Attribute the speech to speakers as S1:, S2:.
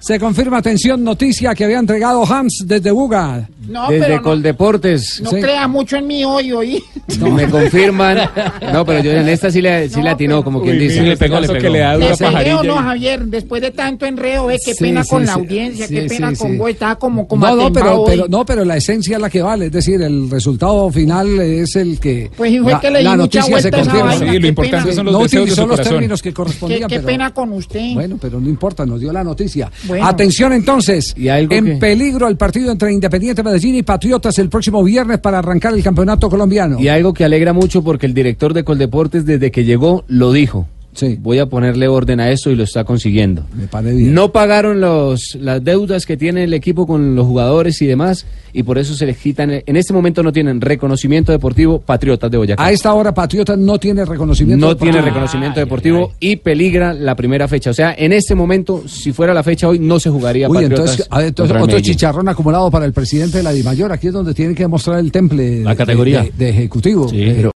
S1: Se confirma, atención, noticia que había entregado Hams desde Buga.
S2: No,
S3: Desde
S2: pero no,
S3: Coldeportes.
S2: no
S1: sí.
S2: crea mucho en mí hoy, oí.
S3: Me confirman. No, pero yo en esta sí le, sí
S2: No,
S3: le atinó,
S2: pero-
S3: como quien dice.
S4: mire, le pegó, le pegó.
S2: ¿Le pegué o no, Javier? Después de tanto enredo, eh, qué
S3: Sí,
S2: pena
S3: sí,
S2: con la
S3: sí.
S2: audiencia,
S3: Sí,
S2: qué pena
S3: sí,
S2: con
S3: sí.
S2: vos, estaba como, como
S1: No, no,
S2: atembao
S1: pero,
S2: hoy.
S1: pero, no, pero la esencia es la que vale, es decir, el resultado final es el que...
S2: Pues, hijo,
S1: la,
S2: es que le di
S1: la
S2: mucha
S1: noticia se
S2: vuelta a esa
S1: confirma.
S2: vaina,
S4: Sí, lo
S2: qué
S4: importante
S2: pena.
S4: son
S1: no
S4: los deseos de
S1: utilizó
S4: su
S1: los
S4: corazón.
S1: términos que
S2: Qué,
S1: correspondían,
S2: qué
S1: pero...
S2: pena con usted.
S1: Bueno, pero no importa, nos dio la noticia.
S2: Bueno.
S1: Atención entonces,
S3: ¿Y algo
S1: en
S3: que-
S1: peligro el partido entre Independiente Medellín y Patriotas el próximo viernes para arrancar el campeonato colombiano.
S3: Y algo que alegra mucho porque el director de Coldeportes desde que llegó lo dijo.
S1: Sí.
S3: Voy a ponerle orden a esto y lo está consiguiendo.
S1: Me parece bien.
S3: No pagaron los, las deudas que tiene el equipo con los jugadores y demás y por eso se les quitan. En este momento no tienen reconocimiento deportivo Patriotas de Boyacá.
S1: A esta hora Patriotas no tiene reconocimiento.
S3: No
S1: del
S3: tiene
S1: partido.
S3: reconocimiento deportivo y peligra la primera fecha. O sea, en este momento, si fuera la fecha hoy, no se jugaría
S1: Uy,
S3: Patriotas
S1: entonces, a ver, entonces,
S3: contra el
S1: otro
S3: Medellín.
S1: chicharrón acumulado para el presidente de la Dimayor. Aquí es donde tienen que mostrar el temple.
S4: La
S1: de-
S4: categoría.
S1: De, de ejecutivo.
S4: Sí,
S1: Eh,
S4: pero-